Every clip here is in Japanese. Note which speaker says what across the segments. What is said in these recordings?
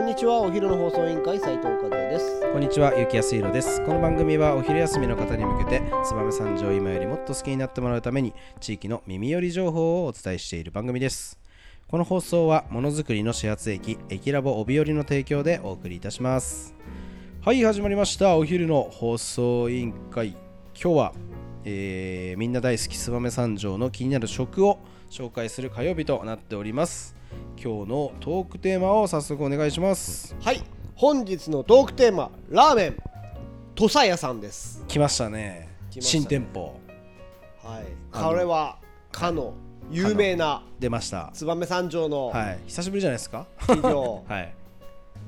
Speaker 1: んにちはお昼の放送委員会斉藤和也です
Speaker 2: こんにちは、ゆきやすいろです。この番組はお昼休みの方に向けて、燕三条を今よりもっと好きになってもらうために、地域の耳寄り情報をお伝えしている番組です。この放送は、ものづくりの始発駅、駅ラボ帯寄りの提供でお送りいたします。はい、始まりました。お昼の放送委員会。今日は、えーみんな大好き燕三条の気になる食を紹介する火曜日となっております。今日のトークテーマを早速お願いします。
Speaker 1: はい本日のトークテーマラーメン土佐屋さんです
Speaker 2: 来ましたね。
Speaker 1: 来ましたね
Speaker 2: 新店舗。
Speaker 1: はい
Speaker 2: あの
Speaker 1: これはかの有名な
Speaker 2: 出ました。
Speaker 1: 燕三条の
Speaker 2: はい、久しぶりじゃないで すか。
Speaker 1: 企 業、
Speaker 2: はい。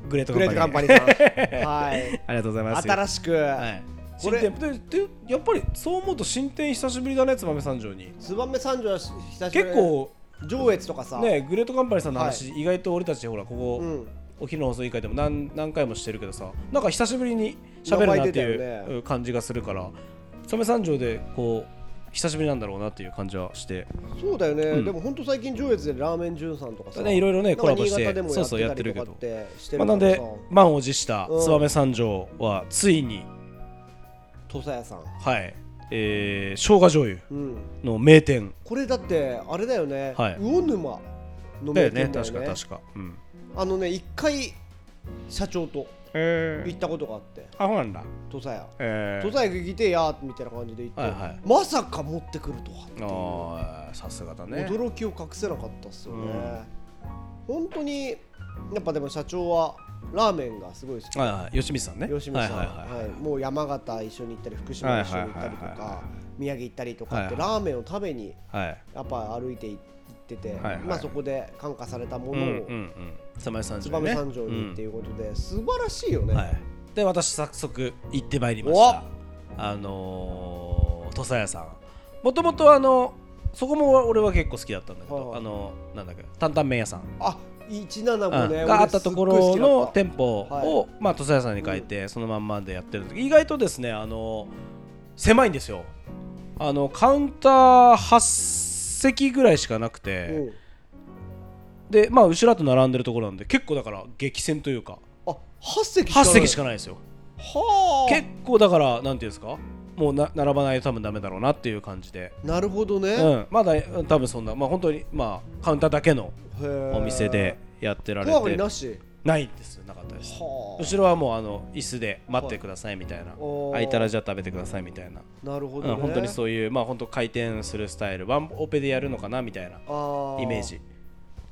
Speaker 2: グレート
Speaker 1: グ
Speaker 2: カン
Speaker 1: レ
Speaker 2: パ
Speaker 1: ー
Speaker 2: ニ
Speaker 1: ト
Speaker 2: ー。
Speaker 1: カンパニーさんはい
Speaker 2: ありがとうござい ます。
Speaker 1: 新しく、
Speaker 2: はい。
Speaker 1: こ
Speaker 2: 新
Speaker 1: れ
Speaker 2: 店舗ででやっぱりそう思うと新店久しぶりだね燕三条に。
Speaker 1: 燕三条は久しぶり
Speaker 2: 結構
Speaker 1: 上越とかさ、
Speaker 2: ねグレートカンパニーさんの話、意外と俺たちほらここ、
Speaker 1: うん、
Speaker 2: お昼の放送委員会でも何何回もしてるけどさなんか久しぶりに喋るな
Speaker 1: 名
Speaker 2: って
Speaker 1: 前出たよ
Speaker 2: いう感じがするから燕三条でこう久しぶりなんだろうなっていう感じはして
Speaker 1: そうだよね、
Speaker 2: ん
Speaker 1: でも本当最近上越でラーメンじゅんさんとかさ、
Speaker 2: ねいろいろね
Speaker 1: なんか
Speaker 2: コラボして
Speaker 1: 新潟でも
Speaker 2: そうそうやってるけど
Speaker 1: やったりとかってして
Speaker 2: ま
Speaker 1: る
Speaker 2: あ、
Speaker 1: か
Speaker 2: なん
Speaker 1: ら
Speaker 2: で
Speaker 1: さ
Speaker 2: 満を持した
Speaker 1: うん
Speaker 2: 燕三条はついに、
Speaker 1: 土佐屋さん、
Speaker 2: はいえー、生姜醤油
Speaker 1: うん、
Speaker 2: の名店
Speaker 1: これだってあれだよね、
Speaker 2: はい
Speaker 1: 魚沼の
Speaker 2: だ
Speaker 1: 名
Speaker 2: よ
Speaker 1: 店
Speaker 2: ね確か確かうん
Speaker 1: あのね一回社長と
Speaker 2: え
Speaker 1: 行ったことがあって
Speaker 2: あほなんだ
Speaker 1: 土佐屋
Speaker 2: え
Speaker 1: 土佐屋行きてえやみたいな感じで行って、
Speaker 2: はいはい
Speaker 1: まさか持ってくるとはっていう
Speaker 2: あーさすがだね
Speaker 1: 驚きを隠せなかったっすよね、本当にやっぱでも社長はラーメンがすごい好き
Speaker 2: はいはい吉見さんね
Speaker 1: 吉見さん、
Speaker 2: はいはいはい
Speaker 1: はいもう山形一緒に行ったり福島一緒に行ったりと
Speaker 2: はいはいはいは
Speaker 1: か
Speaker 2: い
Speaker 1: 宮城行ったりとかって
Speaker 2: はい
Speaker 1: ラーメンを食べに
Speaker 2: はい
Speaker 1: やっぱ歩いて行ってて、
Speaker 2: いはい
Speaker 1: まあ、そこで感化されたも
Speaker 2: うんう
Speaker 1: の
Speaker 2: んう
Speaker 1: を
Speaker 2: ん燕三条
Speaker 1: 燕三条にっていうことで、素晴らしいよね、
Speaker 2: うんはいで私早速行ってまいりましたあのー土佐屋さんもともとあのそこも俺は結構好きだったんだけ
Speaker 1: はい
Speaker 2: ど、
Speaker 1: はい
Speaker 2: あのなんだっけ担々麺屋さん
Speaker 1: あ17もね、俺
Speaker 2: うんがあったところの
Speaker 1: すっ
Speaker 2: 店舗を、まあ、土佐屋さんに変えて、そのまんまでやってるんですけど意外とですねあの狭いんですよあのカウンター8席ぐらいしかなく
Speaker 1: ごい好きだった
Speaker 2: て、でまあ後ろあと並んでるところなんで結構だから激戦というか
Speaker 1: うんあ8席しか
Speaker 2: 8
Speaker 1: ない
Speaker 2: 席しかないですよ
Speaker 1: は
Speaker 2: 結構だからなんていうんですかもうな並ばないと多分ダメだろうなっていう感じで、
Speaker 1: あなるほどね、
Speaker 2: う
Speaker 1: へ
Speaker 2: ん、まだ多分そんなまあ本当にまあカウンターだけの
Speaker 1: ー
Speaker 2: お店でやってられ
Speaker 1: 小上がり
Speaker 2: て
Speaker 1: なし
Speaker 2: ないんですよなかったです
Speaker 1: は
Speaker 2: 後ろはもうあの椅子で待ってくださいみたいな
Speaker 1: おー
Speaker 2: 空いたらじゃあ食べてくださいみたいな、
Speaker 1: あなるほど
Speaker 2: う
Speaker 1: ね、
Speaker 2: ん、本当にそういうまあ本当回転するスタイルワンオペでやるのかなみたいな
Speaker 1: あ
Speaker 2: イメージ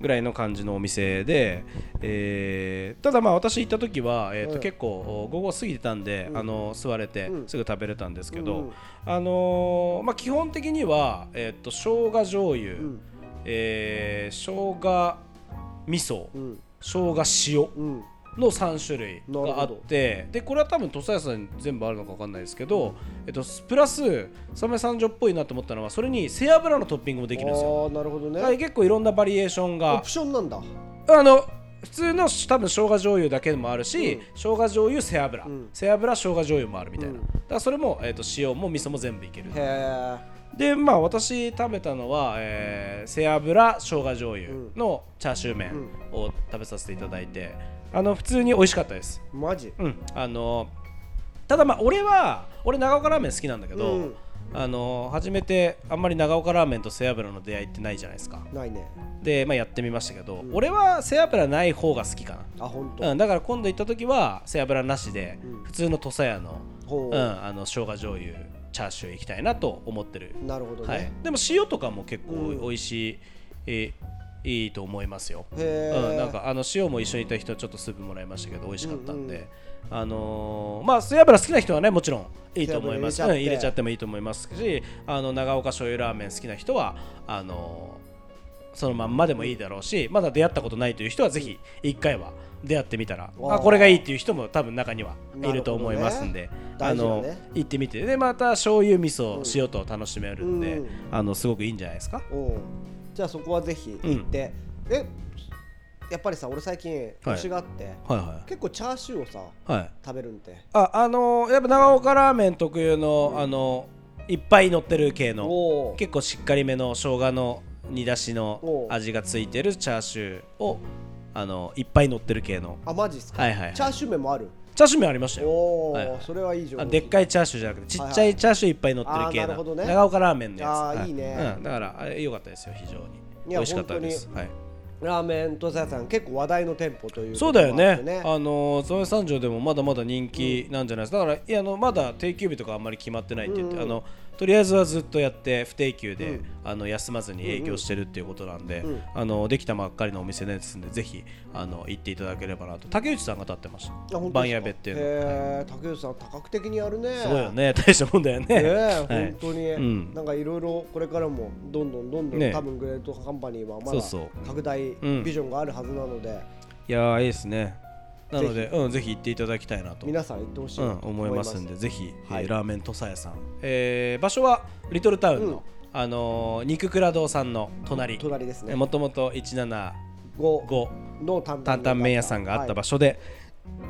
Speaker 2: ぐらいの感じのお店で、えーただまあ私行った時は、えー
Speaker 1: う
Speaker 2: と
Speaker 1: ん
Speaker 2: 結構午後過ぎてたんで、
Speaker 1: うん
Speaker 2: あの座れて
Speaker 1: うん
Speaker 2: すぐ食べれたんですけど、
Speaker 1: うん
Speaker 2: あのーまあ、基本的には、えー、と生姜醤油、
Speaker 1: うん
Speaker 2: えー生姜味噌
Speaker 1: うん
Speaker 2: 生姜塩
Speaker 1: うん
Speaker 2: の3種類があ
Speaker 1: な
Speaker 2: っ
Speaker 1: るほ
Speaker 2: てでこれは多分土佐屋さんに全部あるのか分かんないですけど、えっと、プラスサメ三条っぽいなと思ったのはそれに背脂のトッピングもできるんですよ。
Speaker 1: ああなるほどね、
Speaker 2: はい、結構いろんなバリエーション
Speaker 1: オ
Speaker 2: が
Speaker 1: プションなんだ
Speaker 2: あの普通の多分生姜醤油だけもあるし、
Speaker 1: うん
Speaker 2: 生姜醤油背脂、
Speaker 1: うん
Speaker 2: 背脂生姜醤油もあるみたいな、
Speaker 1: うん
Speaker 2: だからそれも、えっと、塩も味噌も全部いける
Speaker 1: へえ
Speaker 2: でまあ私食べたのは、えー背脂生姜醤油のチャーシュー麺を食べさせていただいて、あの普通に美味しかったです
Speaker 1: マジ
Speaker 2: うん、あのただまあ俺は俺長岡ラーメン好きなんだけど、
Speaker 1: うん
Speaker 2: あの初めてあんまり長岡ラーメンと背脂の出会いってないじゃないですか
Speaker 1: ないね
Speaker 2: で、まあ、やってみましたけど、俺は背脂ない方が好きか
Speaker 1: あ本当、
Speaker 2: な、うん、だから今度行った時は背脂なしで、
Speaker 1: うん
Speaker 2: 普通の土佐屋の,、
Speaker 1: ほ
Speaker 2: うん、
Speaker 1: う、
Speaker 2: あの生姜醤油チャーシュー行きたいなと思ってる、
Speaker 1: なるほどね、
Speaker 2: はい、でも塩とかも結構
Speaker 1: うん
Speaker 2: 美味しい、えいいと思いますよ
Speaker 1: へえ、
Speaker 2: うん、なんかあの塩も一緒にいた人はちょっとスープもらいましたけど美味しかったんで、あのーまあ背脂好きな人はねもちろんいいと思います
Speaker 1: 背
Speaker 2: うん
Speaker 1: 脂
Speaker 2: 入
Speaker 1: 入
Speaker 2: れ
Speaker 1: れ
Speaker 2: ち
Speaker 1: ち
Speaker 2: ゃ
Speaker 1: ゃって
Speaker 2: ってもいいと思いますしあの長岡醤油ラーメン好きな人はあのーそのまんまでもいいだろうしまだ出会ったことないという人はぜひ一回は出会ってみたら、
Speaker 1: うん
Speaker 2: あこれがいいっていう人も多分中には
Speaker 1: なるほどね
Speaker 2: いると思いますんで、あ
Speaker 1: 大事だ
Speaker 2: の
Speaker 1: ね
Speaker 2: 行ってみてでまた醤油味噌、
Speaker 1: うん
Speaker 2: 塩と楽しめるんで、
Speaker 1: うん
Speaker 2: あのすごくいいんじゃないですか
Speaker 1: おうじゃあそこはぜひ行って、えやっぱりさ俺最近
Speaker 2: はい
Speaker 1: 推しがあって、
Speaker 2: はいは
Speaker 1: 結構チャーシューをさ
Speaker 2: いはい
Speaker 1: 食べるんで
Speaker 2: ああのーやっぱ長岡ラーメン特有の、あのいっぱい乗ってる系の
Speaker 1: おう
Speaker 2: 結構しっかりめの生姜の煮出しの
Speaker 1: おう
Speaker 2: 味がついてるチャーシューをあのいっぱい乗ってる系の
Speaker 1: あマジっすか、
Speaker 2: はいはいはい
Speaker 1: チャーシュー麺もある
Speaker 2: チャーシュー麺ありましたよ
Speaker 1: おお、
Speaker 2: はいはい
Speaker 1: それはいい情
Speaker 2: あ
Speaker 1: 報
Speaker 2: でっかいチャーシューじゃなくてちっちゃいチャーシューいっぱい乗ってる系
Speaker 1: あーな
Speaker 2: の
Speaker 1: るほどね
Speaker 2: 長岡ラーメンのやつ
Speaker 1: あー
Speaker 2: はい
Speaker 1: いね
Speaker 2: うん、だからあれ良かったですよ非常に
Speaker 1: い
Speaker 2: 美
Speaker 1: や
Speaker 2: 味しかったです、はい、
Speaker 1: ラーメンとさやさん結構話題の店舗という
Speaker 2: そうだよね
Speaker 1: こともあって
Speaker 2: あの燕三条でもまだまだ人気なんじゃないですか、だからいやあのまだ定休日とかあんまり決まってないって言って、あのとりあえずはずっとやって不定休で、あの休まずに営業してるっていうことなんで、
Speaker 1: うん
Speaker 2: あのできたばっかりのお店ですんでぜひあの行っていただければなと竹内さんが立ってまし
Speaker 1: あ
Speaker 2: た
Speaker 1: 本当ですか
Speaker 2: 番屋べっていうの、
Speaker 1: へえ竹内さん多角的にやるね
Speaker 2: すごいよね大したもんだよね
Speaker 1: ねえ、
Speaker 2: はい
Speaker 1: 本当に、
Speaker 2: うん
Speaker 1: なんかいろいろこれからもどんどんどんどん、
Speaker 2: ねえ
Speaker 1: 多分グレートカンパニーはま
Speaker 2: そう
Speaker 1: だ
Speaker 2: そう
Speaker 1: 拡大
Speaker 2: うん
Speaker 1: ビジョンがあるはずなので、
Speaker 2: いやーいいですねなのでうんぜひ行っていただきたいなと
Speaker 1: 皆さん行ってほしい
Speaker 2: うん
Speaker 1: な、と
Speaker 2: 思いますんでぜひ、えー
Speaker 1: はい
Speaker 2: ラーメン土佐屋さん、えー場所はリトルタウンの、
Speaker 1: うん
Speaker 2: あのー肉蔵堂さんの隣
Speaker 1: 隣ですね
Speaker 2: もともと175
Speaker 1: 5の担
Speaker 2: 担々麺屋さんがあった場
Speaker 1: 所、
Speaker 2: 所で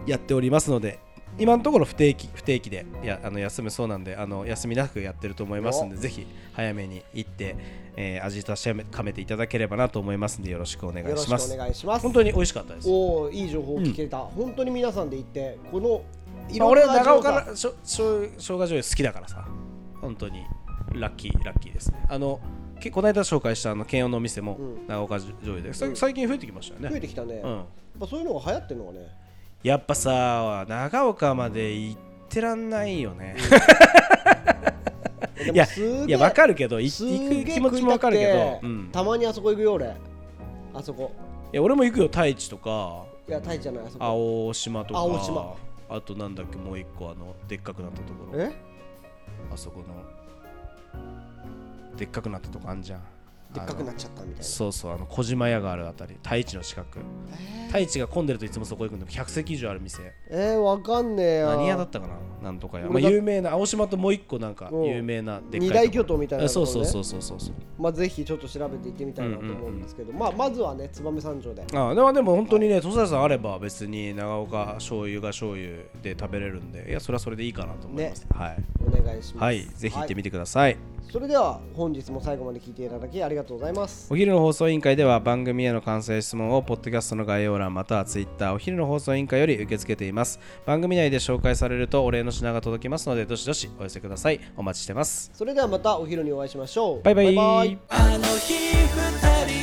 Speaker 2: やっておりますので、今のところ不定期不定期でやあの休むそうなんであの休みなくやってると思いますんでぜひ早めに行って、えー味確かめていただければなと思いますんでよろしくお願
Speaker 1: はいよ
Speaker 2: い
Speaker 1: ろし
Speaker 2: し
Speaker 1: く
Speaker 2: ま
Speaker 1: お
Speaker 2: す
Speaker 1: 願いします
Speaker 2: 本当に美味しかったです
Speaker 1: おおいい情報を聞けた、本当に皆さんで行ってこのいろ
Speaker 2: まあ、
Speaker 1: ん
Speaker 2: 俺
Speaker 1: な
Speaker 2: は長岡
Speaker 1: 情報
Speaker 2: らしょしょ生姜醤油好きだからさ本当にラッキーラッキーですねあのけこの間紹介したあの慶応のお店も
Speaker 1: うん
Speaker 2: 長岡醤油で、さ
Speaker 1: うん
Speaker 2: 最近増えてきましたよね
Speaker 1: 増えてきたね、
Speaker 2: う
Speaker 1: やっ
Speaker 2: ん、
Speaker 1: ぱそういうのが流行ってるのがね
Speaker 2: やっぱさ長岡まで行ってらんないよね
Speaker 1: でも
Speaker 2: いや
Speaker 1: すげえ
Speaker 2: いやわかるけどい
Speaker 1: すげ
Speaker 2: 行
Speaker 1: え
Speaker 2: く気持ちもわかるけ
Speaker 1: 食いた
Speaker 2: ど
Speaker 1: く、て
Speaker 2: うん、
Speaker 1: たまにあそこ行くよ俺あそこ
Speaker 2: いや俺も行くよ太一とか
Speaker 1: いやタイじゃないあそこ
Speaker 2: 青島とか
Speaker 1: 青島
Speaker 2: あとなんだっけもう一個あのでっかくなったところ
Speaker 1: え
Speaker 2: あそこのでっかくなったとこあんじゃん
Speaker 1: でっかくなっ
Speaker 2: あ
Speaker 1: ちゃったみた
Speaker 2: の
Speaker 1: い
Speaker 2: そうそうあの小島屋があるあたり太一の近く
Speaker 1: な
Speaker 2: 太一が混んでるといつもそこ行くんだけど100席以上ある店
Speaker 1: えー、えー、わかんねえよ
Speaker 2: 何屋だったかななんとか屋、まあ、
Speaker 1: 俺だ
Speaker 2: 有名な青島ともう一個なんか
Speaker 1: うん
Speaker 2: 有名なでっか
Speaker 1: 二
Speaker 2: い
Speaker 1: 大巨頭みたいな
Speaker 2: あそうそうそううそうそうそう
Speaker 1: まあぜひちょっと調べて行ってみたいなと思うんですけど、まあまずはね燕三条で
Speaker 2: ああでもでも本当にね土佐さんあれば別に長岡醤油が醤油で食べれるんでいやそれはそれでいいかなと思います、
Speaker 1: ね
Speaker 2: はい
Speaker 1: お願いします
Speaker 2: はい、ぜひ行ってみてください
Speaker 1: それでは本日も最後まで聞いていただきありがとうございます
Speaker 2: お昼の放送委員会では番組への感想や質問をポッドキャストの概要欄またはツイッターお昼の放送委員会より受け付けています番組内で紹介されるとお礼の品が届きますのでどしどしお寄せくださいお待ちしてます
Speaker 1: それではまたお昼にお会いしましょう
Speaker 2: バイバイ
Speaker 1: バイバイ
Speaker 3: あの日二人